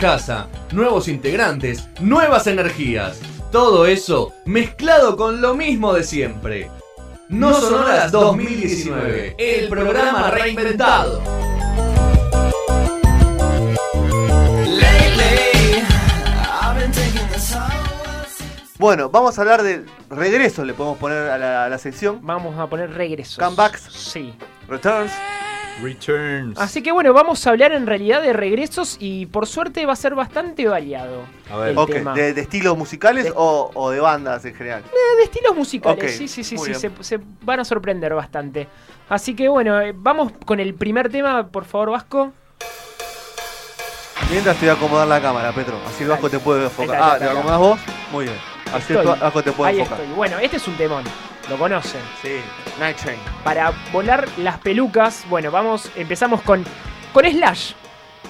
casa, nuevos integrantes, nuevas energías. Todo eso mezclado con lo mismo de siempre. No, No Sonoras Sonoras 2019, el programa reinventado. Bueno, vamos a hablar del regreso, le podemos poner a la, a la sección. Vamos a poner regresos. Comebacks. Sí. Returns. Returns. Así que bueno, vamos a hablar en realidad de regresos y por suerte va a ser bastante variado. A ver. El Ok, tema. de, de estilos musicales De- O, o de bandas en general. de estilos musicales. Ok, sí, sí, sí, muy sí, bien. se, se van a sorprender bastante. Así que bueno, eh, vamos con el primer tema, por favor, Vasco. Mientras te voy a acomodar la cámara, Petro. Así el Vasco te puede enfocar. Ahí está, Ah, ahí ¿te está, lo ahí acomodás vos? Muy bien. Así el Estoy. Vasco te puede Ahí enfocar. estoy. Bueno, este es un temón, lo conocen. Sí, Night Train. Para volar las pelucas, bueno, vamos, empezamos con, con Slash.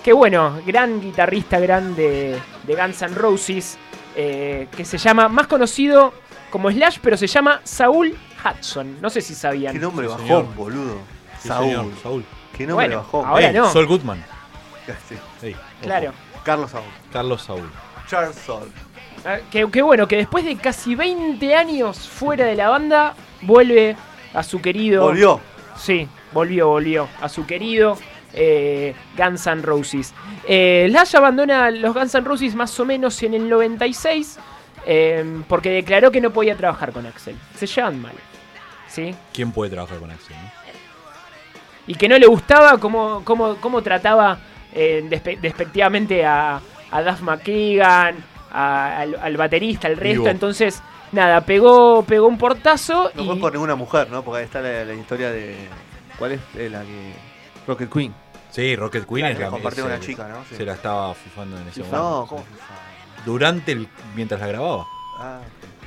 Que bueno, gran guitarrista, grande de, Guns N' Roses, eh, que se llama, más conocido como Slash, pero se llama Saul Hudson. No sé si sabían. Qué nombre Sí, bajón, señor. boludo. Sí, Saúl. señor, Saúl. Qué nombre Bueno, bajón. ahora Ey, no. Saul Goodman. Sí. Ey, ojo. Claro. Carlos Saúl. Carlos Saúl. Charles Saul. Ah, Que, que bueno, que después de casi 20 años fuera de la banda, vuelve a su querido. Volvió. Sí, volvió, volvió. A su querido eh, Guns N' Roses. Eh, Slash abandona los Guns N' Roses más o menos en el 96 eh, porque declaró que no podía trabajar con Axel. Se llevan mal. ¿Sí? ¿Quién puede trabajar con Axel? no? y que no le gustaba cómo, cómo, cómo trataba eh, despe- despectivamente a, a Duff McKagan, a- al, al baterista, al resto. Vivo. Entonces, nada, pegó, pegó un portazo No y fue con ninguna mujer, ¿no? Porque ahí está la, la historia de. ¿Cuál es Eh, la que. Rocket Queen. Sí, Rocket Queen Claro, es la compartió es con el- una chica, ¿no? Sí. Se la estaba fifando en ese momento. No, ¿cómo? Durante el. mientras la grababa. Ah,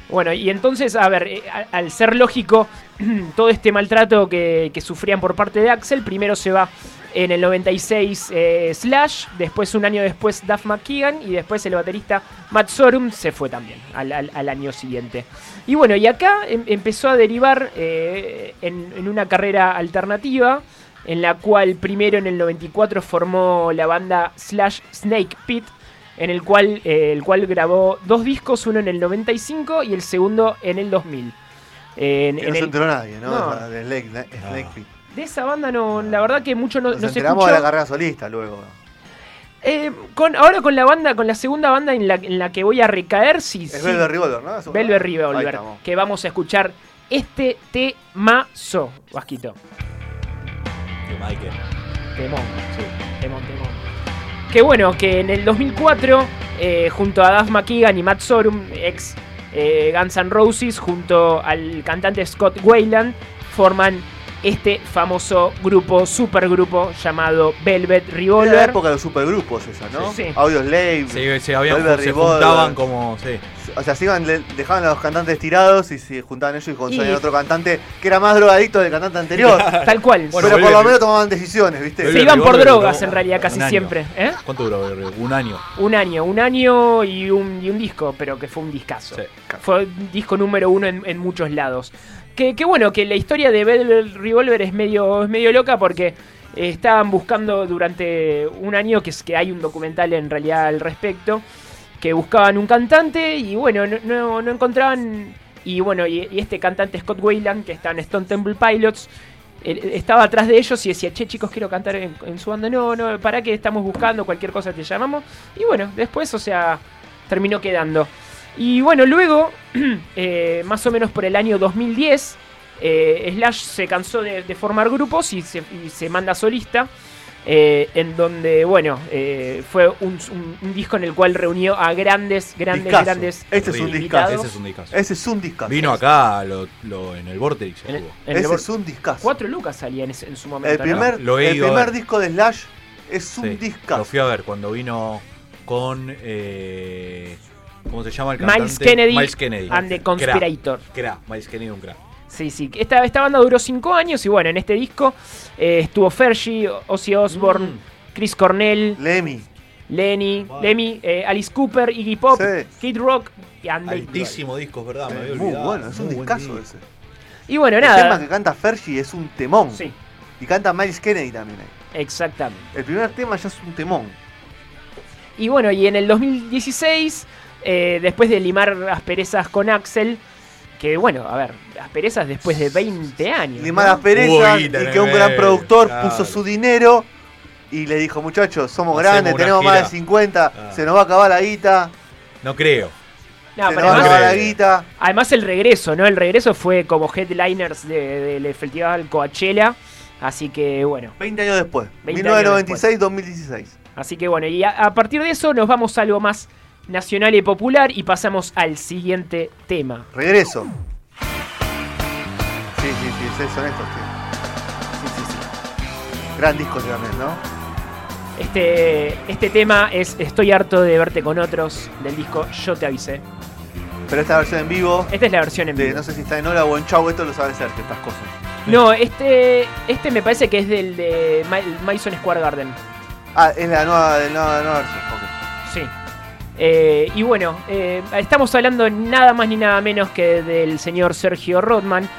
Bueno, y entonces, a ver, eh, a- al ser lógico, todo este maltrato que, que sufrían por parte de Axel, primero se va en el 96 eh, Slash, después un año después Duff McKagan y después el baterista Matt Sorum se fue también al, al- al año siguiente. Y bueno, y acá em- empezó a derivar eh, en, en una carrera alternativa, en la cual primero en el 94 formó la banda Slash Snake Pit, en el cual, eh, el cual grabó dos discos, uno en el 95 y el segundo en el 2000. En- que en no se el- enteró nadie, ¿no? No. Esa De Snake, de Snake Ah. No. Pit. de esa banda no, la verdad que mucho no, Nos no se enteramos escuchó. de la carrera solista luego. Eh, con, ahora con la banda, con la segunda banda en la, en la que voy a recaer, sí, Es sí, Velvet Revolver, ¿no? Eso, Velvet ¿no? Ahí Revolver, estamos. que vamos a escuchar este temazo, Vasquito. De Michael. Temón, sí, temón, temón. Que bueno, que en el 2004, eh, junto a Duff McKagan y Matt Sorum, ex eh, Guns N' Roses, junto al cantante Scott Wayland, forman este famoso grupo, supergrupo llamado Velvet Era la Revolver. época de los supergrupos esa, ¿no? Sí. Audio Slave. Se, se, habían- Velvet se Revolver. juntaban como. Sí. O sea, se iban, le- dejaban a los cantantes tirados y se juntaban ellos y conseguían Y- otro cantante que era más drogadicto del cantante anterior. Tal cual. Bueno, pero por Velvet- lo menos tomaban decisiones, ¿viste? Velvet se iban por Revolver drogas duró en realidad un casi año. siempre. ¿eh? ¿Cuánto duró? Un año. Un año, un año y un, y un disco, pero que fue un discazo. Sí. Fue disco número uno en, en muchos lados. Que, que bueno, que la historia de Velvet Revolver es medio, es medio loca porque eh, estaban buscando durante un año, que, es, que hay un documental en realidad al respecto, que buscaban un cantante y bueno, no, no, no encontraban... Y bueno, y, y este cantante Scott Wayland, que está en Stone Temple Pilots, él- él estaba atrás de ellos y decía, che chicos, quiero cantar en, en su banda. No, no, ¿para qué estamos buscando? Cualquier cosa te llamamos. Y bueno, después, o sea, terminó quedando. Y bueno, luego, eh, más o menos por el año 2010, eh, Slash se cansó de, de formar grupos y se, y se manda solista. eh, en donde, bueno, eh, fue un, un- un disco en el cual reunió a grandes, grandes, Discazo. grandes. Este es un Horrible. discazo. invitados. Ese es un discazo. Ese es un discazo. Vino acá lo, lo- en el Vortex. En el- estuvo. en el Ese bor- es un discazo. Cuatro lucas salían en, ese- en su momento. El ¿no? primer, Lo he el ido a primer ver. disco de Slash es un Sí, Lo discazo. fui a ver cuando vino con. eh, ¿Cómo se llama el cantante? Miles Kennedy, Miles Kennedy. and the Cra. Conspirator. Cra. Miles Kennedy, un cra. Sí, sí. Esta, esta banda duró cinco años y bueno, en este disco eh, estuvo Fergie, Ozzy Osbourne, Mm. Chris Cornell, Lemmy. Lenny, Wow. Lemmy, eh, Alice Cooper, Iggy Pop, Sí. Kid Rock y Andy. Altísimo disco, es verdad. Me había Muy olvidado. bueno, es un Muy buen discazo ese. disco. Y bueno, El tema que nada. canta Fergie es un temón. Sí, Y canta Miles Kennedy también ahí. exactamente. El primer tema ya es un temón. Y bueno, y en el 2016, eh, después de limar asperezas con Axel, que bueno, a ver, asperezas después de 20 años. Limar ¿no? las perezas Uy, y tenés, que un gran productor claro. puso su dinero y le dijo, muchachos, somos Hacemos grandes, una tenemos gira". más de 50, Ah. se nos va a acabar la guita, No creo. No, se Ah, pero nos va a no además, acabar la creo. guita. además el regreso, ¿no? El regreso fue como headliners de- del festival Coachella. Así que bueno, 20 años después, 20 1996-2016. así que bueno, y a, a partir de eso nos vamos a algo más nacional y popular y pasamos al siguiente tema. Regreso. Sí, sí, sí, sí, son estos, sí. Sí, sí, sí. Gran disco también, ¿no? Este, este tema es Estoy harto de verte con otros del disco Yo te avisé. Pero esta versión en vivo, Esta es la versión en de- vivo. no sé si está en Ola o en Chau, esto lo sabe hacer, estas cosas. No, este, este me parece que es del de Ma- Madison Square Garden. Ah, es la nueva, de nueva, nueva versión, ok. Sí. Eh, y bueno, eh, estamos hablando nada más ni nada menos que del señor Sergio Rodman.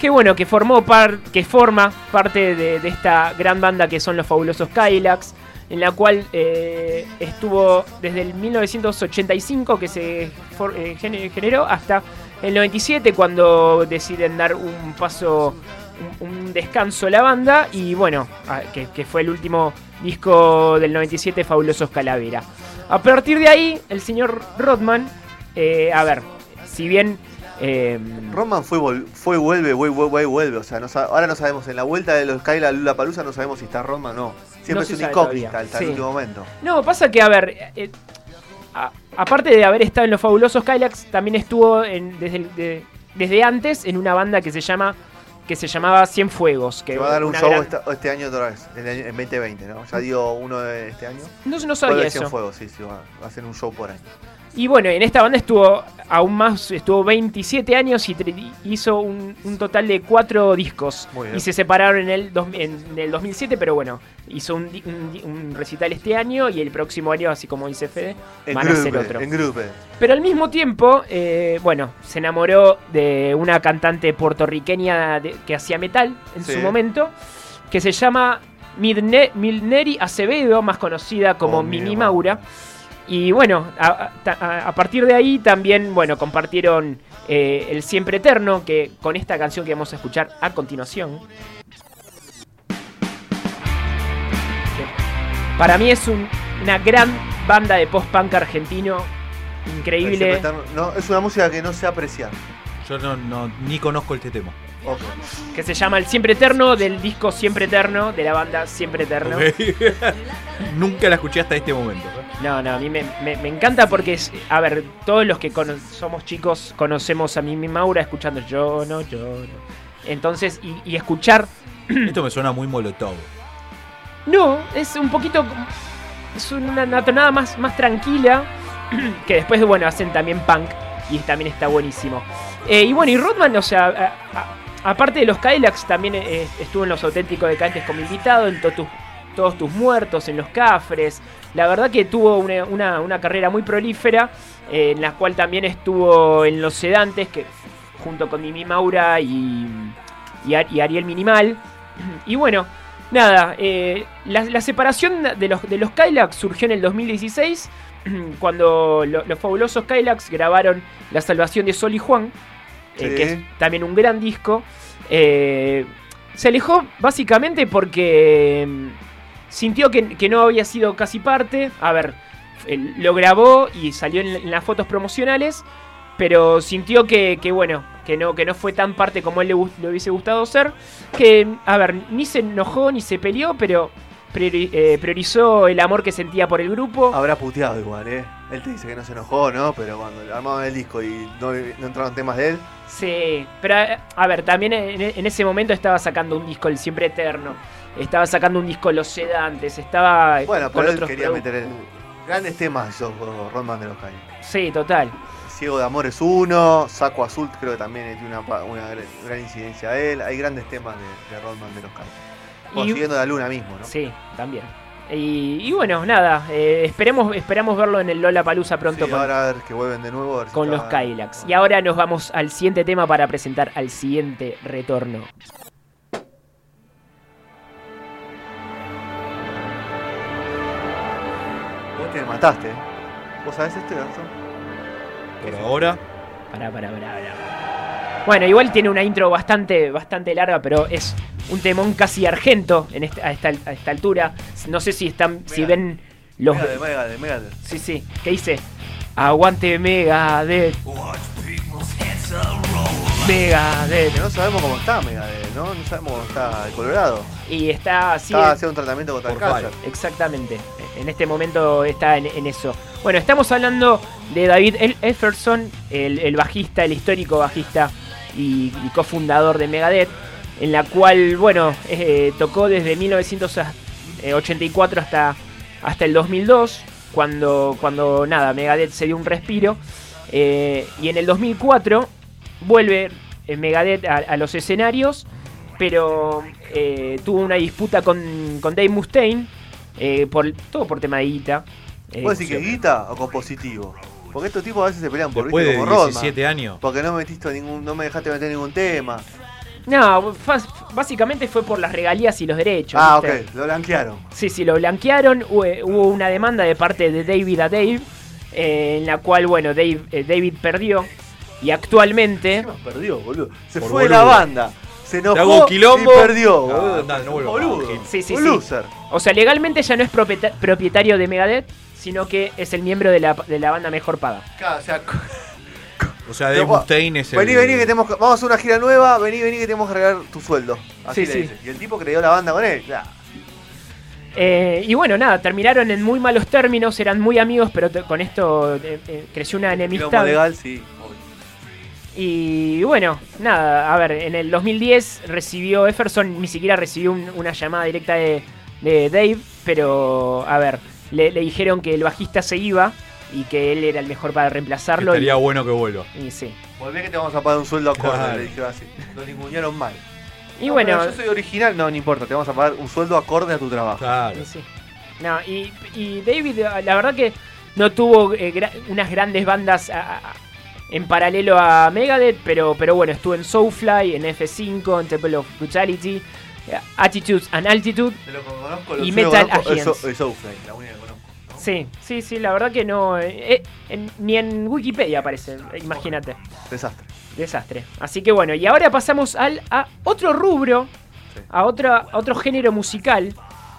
Que bueno, que formó par, que forma parte de, de esta gran banda que son los fabulosos Cadillacs, en la cual eh, estuvo desde el 1985 que se for- eh, gene- generó hasta el 97 cuando deciden dar un paso, un, un descanso a la banda y bueno, ah, que, que fue el último disco del 97, Fabulosos Calavera. A partir de ahí, el señor Rodman, eh, a ver, si bien... eh, Roman fue, vol- fue vuelve, vuelve, vuelve, vuelve. O sea, no sa- ahora no sabemos, en la vuelta de los Kaila Lula Palusa no sabemos si está Roman o no. Siempre No es se una sabe incógnita todavía, hasta sí. el último momento. No, pasa que, a ver, eh, a- aparte de haber estado en los fabulosos Kylax, también estuvo en- desde, el- de- desde antes en una banda que se llama que se llamaba Cien Fuegos. Que Que va a dar un una show gran- esta- este año otra vez, en, el año- en 2020, ¿no? Ya dio uno de este año. No, no sabía Vuelve eso. fuego, sí, sí, va a hacer un show por ahí. Y bueno, en esta banda estuvo aún más, estuvo 27 años y tri- hizo un, un total de cuatro discos. Muy bien. Y se separaron en el, dos- en, en el 2007, pero bueno, hizo un, di- un di- un recital este año y el próximo año, así como dice Fede, En van a hacer otro. grupo, en grupo. Pero al mismo tiempo, eh, bueno, se enamoró de una cantante puertorriqueña de- que hacía metal en Sí. su momento, que se llama Milne- Milneri Acevedo, más conocida como Oh, Mini mira. Maura. Y bueno, a, a- ta- a- a partir de ahí también, bueno, compartieron eh, El Siempre Eterno, que con esta canción que vamos a escuchar a continuación. Para mí es un- una gran banda de post-punk argentino, increíble. No, es una música que no se aprecia. Yo no, no- ni conozco este tema. Ok. que se llama El Siempre Eterno del disco Siempre Eterno de la banda Siempre Eterno. Ok. Nunca la escuché hasta este momento. No, no, a mí me, me- me encanta porque, es, a ver, todos los que cono- somos chicos conocemos a Mimi Maura escuchando yo no, yo no. Entonces, y, y escuchar. Esto me suena muy molotov. No, es un poquito. como- Es una, una tonada más, más tranquila. Que después, bueno, hacen también punk. Y también está buenísimo. Eh, y bueno, y Rodman, o sea, a- a- aparte de los Cadillacs, también eh, estuvo en los auténticos decantes como invitado, en to- tus- todos tus muertos, en los Cafres. La verdad que tuvo una, una- una carrera muy prolífera, eh, en la cual también estuvo en Los Sedantes, que junto con Mimi Maura y, y, Ar- y Ariel Minimal. Y bueno, nada, eh, la, la separación de los, de los Cadillacs surgió en el 2016, cuando lo- los fabulosos Cadillacs grabaron La Salvación de Sol y Juan, eh, Sí. que es también un gran disco. Eh, se alejó básicamente porque mm, sintió que, que no había sido casi parte. A ver, él lo grabó y salió en, en las fotos promocionales, pero sintió que, que, bueno, que no, que no fue tan parte como él le, gus- le hubiese gustado ser. Que, a ver, ni se enojó ni se peleó, pero priori- eh, priorizó el amor que sentía por el grupo. Habrá puteado igual, ¿eh? Él te dice que no se enojó, ¿no? Pero cuando armaron el disco y no, no entraron temas de él, Sí, pero a- a ver, también en, en ese momento estaba sacando un disco El Siempre Eterno, estaba sacando un disco Los Sedantes, estaba bueno, con pero él otros Uh. quería productos. meter el... grandes temas esos oh, Rodman de los Caños. Sí, total. Ciego de Amor es uno, Saco Azul creo que también tiene una, pa- una gran, gran incidencia de él. Hay grandes temas de, de Rodman de los Caños. Y- Consiguiendo la luna mismo, ¿no? Sí, también. Y, y bueno, nada, eh, esperemos, esperamos verlo en el Lola Palusa pronto Sí, con, ahora a ver que vuelven de nuevo. a ver si con los está- Kylax. Y ahora nos vamos al siguiente tema para presentar al siguiente retorno. Vos Este me mataste. ¿Vos sabés este, Gastón? Por ahora, Pará, pará, pará, pará. Bueno, igual tiene una intro bastante, bastante larga, pero es un temón casi argento en este- a, esta, a esta altura. No sé si están, si Mega. ven los. Megadeth, Megadeth, Megadeth. Sí, sí. ¿Qué dice? Aguante Megadeth. Que Megadeth. no sabemos cómo está Megadeth, ¿no? No sabemos cómo está el Colorado. Y está así. Está en- haciendo un tratamiento contra el Por cáncer. Exactamente. En este momento está en, en eso. Bueno, estamos hablando de David El- Elferson, el, el bajista, el histórico bajista y, y cofundador de Megadeth, en la cual, bueno, eh, tocó desde 1984 hasta, hasta el 2002, cuando, cuando nada, Megadeth se dio un respiro. Eh, y en el 2004 vuelve eh, Megadeth a, a los escenarios, pero eh, tuvo una disputa con, con Dave Mustaine, eh, por, todo por tema de guita. Eh, ¿Vos decís que siempre. guita o con positivo? Porque estos tipos a veces se pelean por después viste de como Rodman. 17 años. Porque no metiste ningún, no me dejaste meter ningún tema. No, fas- básicamente fue por las regalías y los derechos. Ah, ¿viste? ok, lo blanquearon. Sí, sí, lo blanquearon. Hubo hubo una demanda de parte de David a Dave, eh, en la cual, bueno, Dave- eh, David perdió. Y actualmente, Encima perdió, boludo. Se Por fue de la boludo. banda. Se enojó Te hago un quilombo. y perdió, Ah, boludo. andá, no vuelvo más, boludo. Gil. Sí, sí, un sí. loser. o sea, legalmente ya no es propieta- propietario de Megadeth, sino que es el miembro de la, de la banda mejor paga. Claro, o sea, O sea, Dave Pero, Mustaine es el. Vení, vení, que tenemos que- vamos a hacer una gira nueva. Vení, vení, que tenemos que arreglar tu sueldo. Así Sí, le sí. dice. Y el tipo creyó la banda con él. Nah. Eh, y bueno, nada, terminaron en muy malos términos, eran muy amigos, pero te- con esto eh, eh, creció una Quilombo enemistad. legal, sí. Y bueno, nada, a ver, en el 2010 recibió Efferson, ni siquiera recibió un- una llamada directa de, de Dave, pero a ver, le, le dijeron que el bajista se iba y que él era el mejor para que reemplazarlo. Y, Estaría bueno que vuelva. y sí. Volvé que te vamos a pagar un sueldo acorde, Claro. le dijeron así. Lo ningunearon mal. Y No, bueno, pero Yo soy original, no, no importa, te vamos a pagar un sueldo acorde a tu trabajo. Claro. y sí. No, y, y David, la verdad que no tuvo eh, gra- unas grandes bandas a- a- en paralelo a Megadeth, pero, pero bueno, estuvo en Soulfly, en F5, en Temple of Brutality, eh, Attitudes and Altitude. Te lo conozco, Y Metal Agents. Eso, Soulfly, la única que conozco. ¿no? Sí, sí, sí, la verdad que no. eh, eh, en- ni en Wikipedia aparece, eh, imagínate. Desastre. Desastre. Así que bueno, y ahora pasamos al, a otro rubro, Sí. a, otra, a otro género musical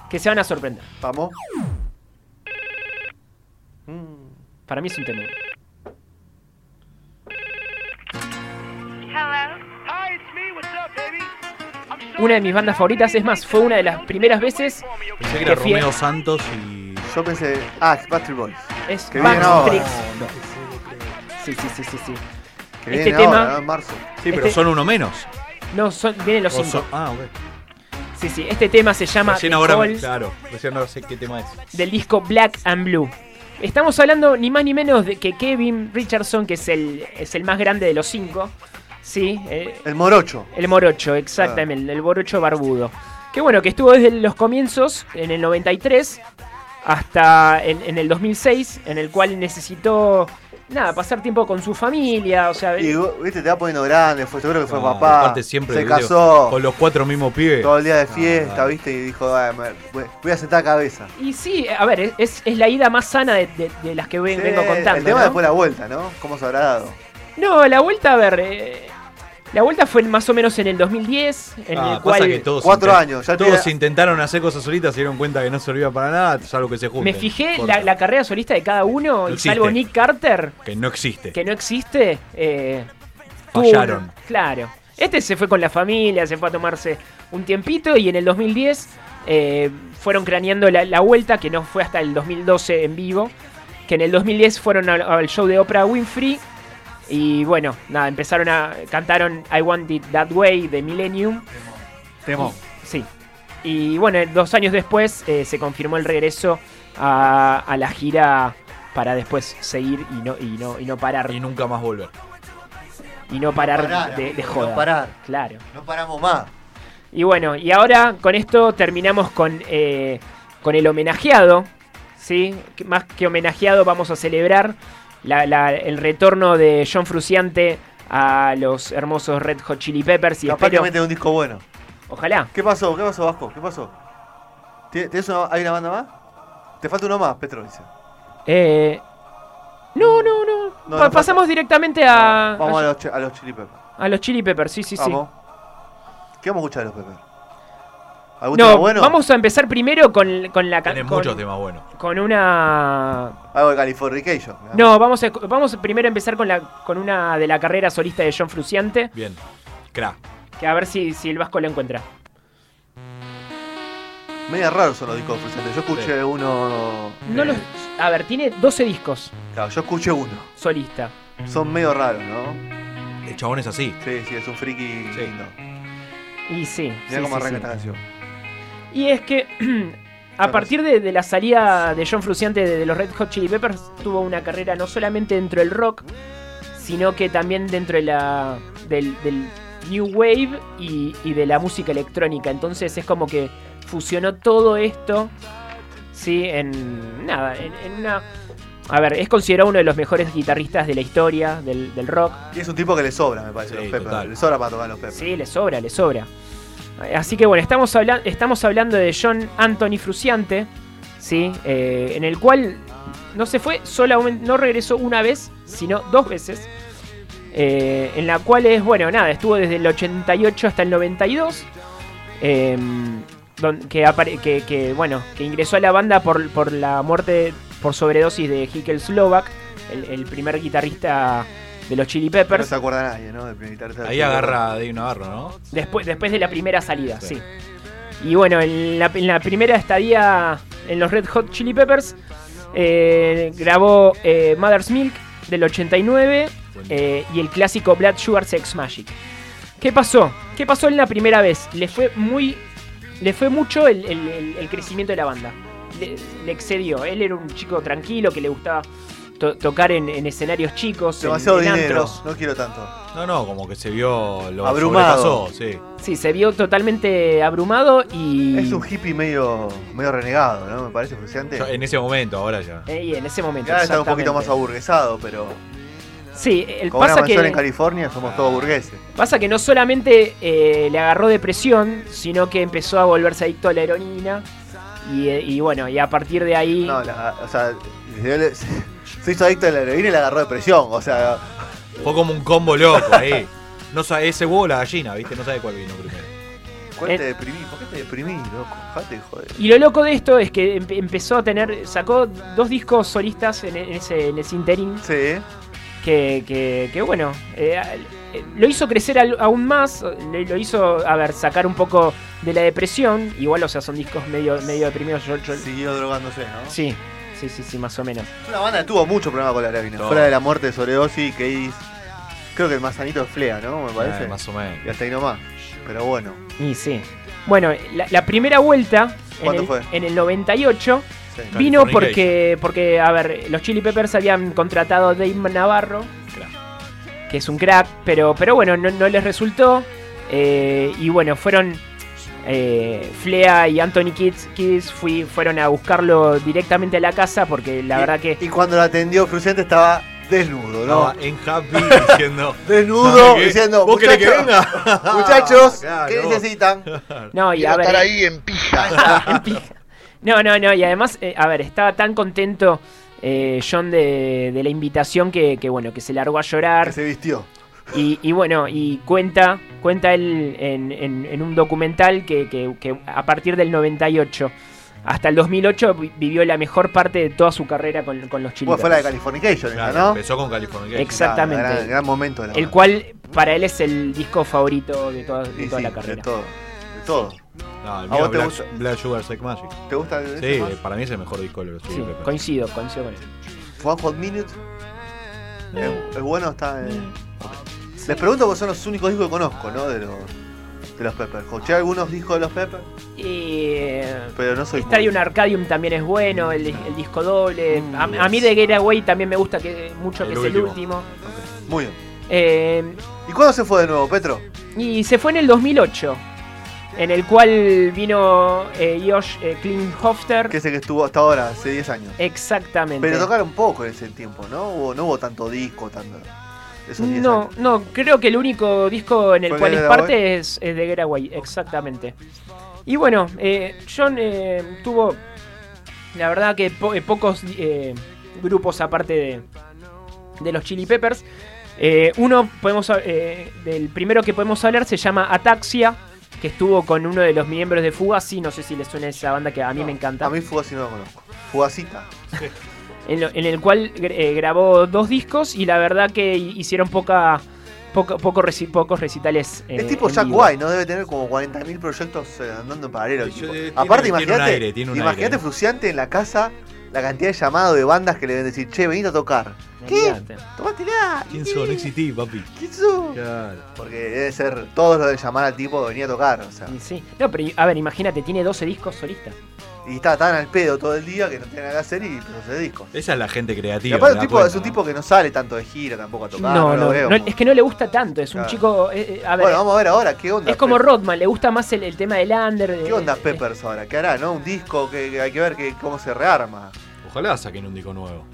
que se van a sorprender. Vamos. Mm. Para mí es un tema. Una de mis bandas favoritas, es más, fue una de las primeras veces Pensé que era Qué fiel. Romeo Santos y. Yo pensé. Ah, es Backstreet Boys. es Que viene Backstreet. ahora. Sí, sí, sí, sí, sí. Que Este viene ahora, tema- ¿no? En marzo. Sí, pero Este- son uno menos. No, son, vienen los O cinco. son- Ah, ok. Sí, sí. Este tema se llama Recién The ahora. Calls. Claro, recién ahora sé qué tema es. del disco Black and Blue. Estamos hablando ni más ni menos de que Kevin Richardson, que es el, es el más grande de los cinco. Sí, eh, El morocho. el morocho, exactamente, el morocho barbudo. Que bueno, que estuvo desde los comienzos, en el 93, hasta en, en el 2006, en el cual necesitó, nada, pasar tiempo con su familia, o sea... Y vos, viste, te va poniendo grande, fue, seguro que fue Ah, papá. aparte siempre, se viste, casó. Con los cuatro mismos pibes. Todo el día de Ah, fiesta, dale. viste, y dijo, "Ah, me- voy a sentar cabeza. Y sí, a ver, es, es la ida más sana de, de- de las que ven- Sí, vengo contando. El tema ¿no? después de la vuelta, ¿no? ¿Cómo se habrá dado? No, la vuelta, a ver. eh, la vuelta fue más o menos en el 2010, en Ah, el cual pasa que todos Cuatro inten- años, ya te- Todos intentaron hacer cosas solitas, se dieron cuenta que no servía para nada, salvo que se junten. me fijé Corta. la, la carrera solista de cada uno, y existe. salvo Nick Carter, Que no existe. que no existe. eh, tuvo Fallaron. un- claro. Este se fue con la familia, se fue a tomarse un tiempito y en el 2010 eh, fueron craneando la, la vuelta, que no fue hasta el 2012 en vivo, que en el 2010 fueron al, al show de Oprah Winfrey y bueno, nada, empezaron a cantaron I Want It That Way de Millennium Temo. Sí. Y bueno, dos años después eh, se confirmó el regreso a, a la gira para después seguir y no, y no, y no parar. Y nunca más volver. Y no parar, de, de joda. No parar, Claro. no paramos más. Y bueno, y ahora con esto terminamos con, eh, con el homenajeado. ¿sí? Que Más que homenajeado vamos a celebrar la- la- el retorno de John Fruciante a los hermosos Red Hot Chili Peppers. Y Capaz espero, que meten un disco bueno. ojalá. ¿Qué pasó? ¿Qué pasó, Vasco? ¿Qué pasó? ¿Tie- ¿Tienes una, ¿Hay una banda más? Te falta uno más, Petro, dice. Eh, no, no, no. No, Pa- no, pasamos directamente a, Vamos a a, los, chi- a los Chili Peppers. a los Chili Peppers, sí, sí, sí. Vamos. Ah, ¿Qué vamos a escuchar de los Peppers? ¿Algún tema No, bueno? vamos a empezar primero con, con la Tienen can- con, muchos temas buenos. con una Algo de Californication. ¿no? No, vamos a, vamos a primero empezar con, la, con una de la carrera solista de John Fruciante, Bien. Cra. que a ver si, si el Vasco lo encuentra. Medio raro son los discos oficiales. Yo escuché uno. No eh, los, a ver, tiene 12 discos Claro, yo escuché uno. solista. Son medio raros, ¿no? El chabón es así. Sí, sí, es un friki Sí. lindo. Y sí. Mirá sí, cómo sí, arranca sí. esta canción. Y es que a partir de, de la salida de John Fruciante de, de los Red Hot Chili Peppers, tuvo una carrera no solamente dentro del rock, sino que también dentro de la, del, del New Wave y, y de la música electrónica. Entonces es como que fusionó todo esto, ¿sí? En nada, en, en una... A ver, es considerado uno de los mejores guitarristas de la historia del, del rock. Y es un tipo que le sobra, me parece, Sí, los Peppers. total. Le sobra para tocar los Peppers. Sí, le sobra, le sobra. Así que bueno, estamos, habla- estamos hablando de John Anthony Fruciante, ¿sí? Eh, en el cual no se fue solamente, no regresó una vez, sino dos veces. eh, en la cual es, bueno, nada, estuvo desde el 88 hasta el 92. eh, don- que, apare- que, que, bueno, que ingresó a la banda por, por la muerte por sobredosis de Hickel Slovak, el, el primer guitarrista de los Chili No Peppers. se acuerda nadie, ¿no? De prioritar- Ahí agarra a Dave Navarro, ¿no? Después, después de la primera salida, sí. Sí. Y bueno, en la, en la primera estadía en los Red Hot Chili Peppers, eh, grabó eh, Mother's Milk del 89 eh, y el clásico Black Sugar Sex Magic. ¿Qué pasó? ¿Qué pasó en la primera vez? Le fue muy. Le fue mucho el, el- el- el crecimiento de la banda. Le, le excedió. Él era un chico tranquilo que le gustaba to- tocar en, en escenarios chicos, en, Demasiado en dinero. antros. No quiero tanto. No, no, como que se vio lo Abrumado. sobrepasó, sí. Sí, se vio totalmente abrumado y. Es un hippie medio, medio renegado, ¿no? Me parece frustrante. Yo- en ese momento, ahora ya. Eh, y en ese momento. Ya está un exactamente. poquito más aburguesado, pero Sí, el con una pasa mansión en que, California somos todos burgueses. pasa que no solamente eh, le agarró depresión, sino que empezó a volverse adicto a la heroína. Y, eh, y bueno, y a partir de ahí. No, la- o sea, se, se hizo adicto a la heroína y le agarró depresión. O sea, Fue como un combo loco ahí. No sabe, ese huevo o la gallina, ¿viste? No sabe cuál vino primero. ¿cuál Eh. te deprimí? ¿Por qué te deprimí, loco? Dejate de joder. Y lo loco de esto es que empe- empezó a tener. Sacó dos discos solistas en, en ese, en ese interín. Sí, Que, que- que bueno. eh, al- eh, lo hizo crecer al- aún más. le- lo hizo, a ver, sacar un poco de la depresión. Igual, o sea, son discos medio, medio deprimidos. yo- yo- siguió drogándose, ¿no? sí, sí, sí, sí, más o menos. Es una banda que tuvo mucho problema con la heroína. Todo. Fuera de la muerte de sobredosis, que es- Creo que el más sanito es Flea, ¿no? Me parece. Eh, más o Y menos. hasta ahí nomás. Pero bueno, Y sí. Bueno, la, la primera vuelta en ¿Cuándo el, fue? en el 98 sí. Claro. vino Californication. porque, porque, a ver, los Chili Peppers habían contratado a Dave Navarro, que es un crack, pero, pero bueno, no, no les resultó. Eh, y bueno, fueron eh, Flea y Anthony Kids, Kids fui, fueron a buscarlo directamente a la casa porque la Y- verdad que... Y cuando la atendió Fruciante estaba desnudo, ¿no? Estaba en Happy diciendo. Desnudo, ¿qué? diciendo. ¿Vos querés que "Muchachos, venga? Ah, Muchachos, Claro. ¿qué necesitan? No, y a Quiero ver... eh, estar ahí en pija. En pija. No, no, no. Y además, eh, a ver, estaba tan contento eh, John de, de la invitación que, que, bueno, que se largó a llorar. Que se vistió. Y, y bueno, y cuenta, cuenta él en, en- en un documental que, que- que a partir del 98 hasta el 2008 vi- vivió la mejor parte de toda su carrera con, con los chilenos. Bueno, fue la de Californication, esa, Claro, ¿no? Empezó con California. Ex- Exactamente. Claro, gran, gran momento de la El banda. cual para él es el disco favorito de toda, de Sí, toda sí, la carrera. De todo. De todo. No, el ¿A vos mío te Black, gusta? Black Sugar Sex Magic. ¿Te gusta? ese Sí, más? para mí es el mejor disco de los Sí, Chili Peppers. coincido, coincido con él. One Hot Minute. ¿Es, es bueno? Está, eh. Mm. Sí. Les pregunto porque son los únicos discos que conozco, ¿no? De los, de los Peppers. Escuché algunos discos de los Peppers, Y, eh, pero no soy. Stadium muy- Arcadium también es bueno, el, el disco doble. Mm, A, a yes. mí de Getaway también me gusta que, mucho que El es el último. último. Muy bien. Eh, ¿Y cuándo se fue de nuevo, Petro? y se fue en el 2008, en el cual vino eh, Josh eh, Klinghofter. Que es el que estuvo hasta ahora, hace 10 años. Exactamente. Pero tocaron poco en ese tiempo, ¿no? Hubo, no hubo tanto disco, tanto. Esos 10 no, años. no, creo que el único disco en el ¿Fue cual es Getaway? parte es, es de Getaway, exactamente. Y bueno, eh, John eh, tuvo, la verdad que po- eh, pocos eh, grupos aparte de, de los Chili Peppers. Eh, uno podemos eh, del primero que podemos hablar se llama Ataxia, que estuvo con uno de los miembros de Fugazi. No sé si les suena esa banda que a mí me encanta. A mí Fugazi no la conozco. Fugacita. en, lo- en el cual gr- eh, grabó dos discos y la verdad que hi- hicieron poca, poca- poco reci- pocos recitales. eh, es tipo en Jack vivo. White, ¿no? Debe tener como 40.000 proyectos eh, andando en paralelo. el Yo- tipo. tiene- Aparte, tiene un imagínate aire, tiene un imagínate aire. Fruciante en la casa la cantidad de llamados de bandas que le deben decir, che, venite a tocar. ¿Qué? Olvídate. Tomátela. ¿Quién ¿qué? son? Existí, papi. ¿Quién sos? Claro. Porque debe ser todos los de llamar al tipo que venía a tocar. O sea. Y sí. No, pero a ver, imagínate, tiene 12 discos solistas. Y está tan al pedo todo el día que no tiene nada que hacer y produce discos. Esa es la gente Y creativa. aparte ¿te un das tipo, es cuenta, un no? tipo que no sale tanto de gira tampoco a tocar. no, lo no, veo no, como- es que no le gusta tanto, es un Claro. chico... eh, eh, a ver, Bueno, vamos a ver ahora qué onda. es como Pe- Rodman, le gusta más el, el tema del under. de- eh, ¿Qué onda de- Peppers ahora? ¿Qué hará, no? Un disco que, que hay que ver que, cómo se rearma. Ojalá saquen un disco nuevo.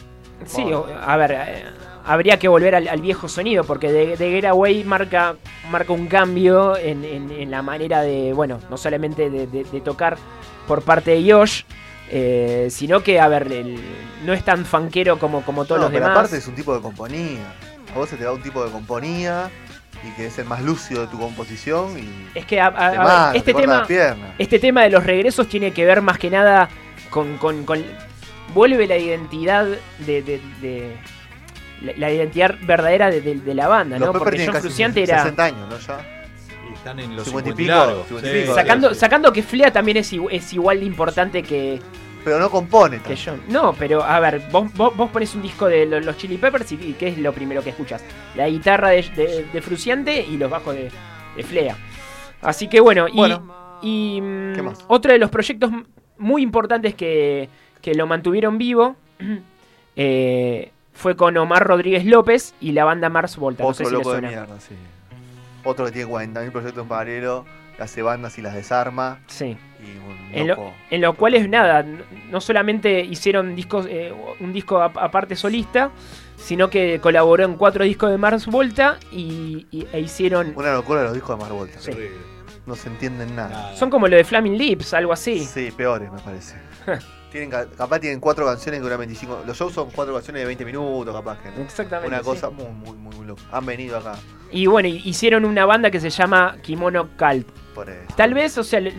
Sí, o- a ver, eh, habría que volver al, al viejo sonido porque de, de Getaway marca, marca un cambio en, en- en la manera de, bueno, no solamente de, de- de tocar por parte de Josh, eh, sino que, a ver, el- no es tan fanquero como, como todos No, los pero demás. aparte es un tipo de componía. A vos se te da un tipo de componía y que es el más lúcido de tu composición y Es que, a- a- a ver, te mata, te este corta tema... las piernas. Este tema de los regresos tiene que ver más que nada con. con- con- vuelve la identidad de. de- de- la, la identidad verdadera de, de- de la banda, Los ¿no? Peppers Porque tienen John casi Fruciante era. 60 años, ¿no? Ya. Y están en 50 los 50 y y pico, largos. 50 y Sí, pico. sí, Sacando, sí. sacando que Flea también es, igu- es igual de importante que, Pero no compone. que tanto. John. No, pero a ver, vos, vos, vos pones un disco de lo- los Chili Peppers y, y ¿qué es lo primero que escuchas? La guitarra de, de, de Fruciante y los bajos de, de Flea. Así que bueno, y, Bueno. y, mm, ¿Qué más? otro de los proyectos m- muy importantes que, que lo mantuvieron vivo eh, fue con Omar Rodríguez López y la banda Mars Volta. no Otro sé si les loco de suena. mierda, sí. Otro que tiene 40.000 proyectos en paralelo, que hace bandas y las desarma. Sí. Y un En lo, loco. en lo cual es nada, n- no solamente hicieron discos, eh, un disco a- aparte solista, sino que colaboró en cuatro discos de Mars Volta y, y- e hicieron... Una locura los discos de Marvolta. Sí. No se entienden nada. Nada. Son como lo de Flaming Lips, algo así. Sí, peores me parece. tienen, ca- capaz tienen cuatro canciones que duran 25. Los shows son cuatro canciones de 20 minutos, capaz que. ¿no? Exactamente. Una sí. cosa muy, muy, muy, muy loca. Han venido acá Y bueno, y- hicieron una banda que se llama Kimono Cult. por eso. Tal vez, o sea, l-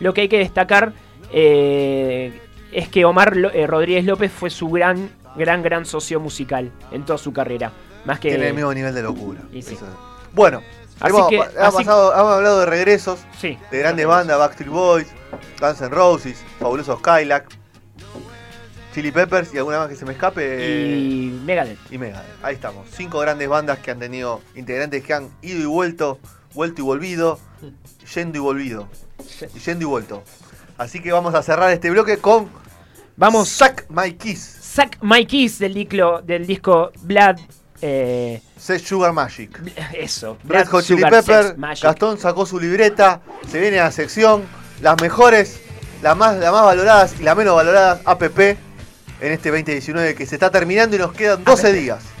lo que hay que destacar eh, es que Omar Lo- eh, Rodríguez López fue su gran, gran, gran socio musical en toda su carrera. Más que... Tienen el mismo nivel de locura. Y sí. Eso. Bueno, Así hemos, que- hemos así- pasado- hemos hablado de regresos, Sí. de grandes bandas, Backstreet Boys, Guns N' Roses, Fabulosos Cadillac, Chili Peppers y alguna más que se me escape. Y Megadeth. y Megadeth. Ahí estamos. Cinco grandes bandas que han tenido integrantes que han ido y vuelto, vuelto y volvido, yendo y volvido. Y yendo y vuelto. Así que vamos a cerrar este bloque con Vamos. Suck My Kiss, Sack My Kiss del, diclo- del disco Blood. eh, Set Sugar Magic. eso. Red Blood Hot Chili Sugar Pepper, Sex Magic. Gastón sacó su libreta, se viene a la sección, las mejores, las más, las más valoradas y las menos valoradas APP en este 2019 que se está terminando y nos quedan 12 días.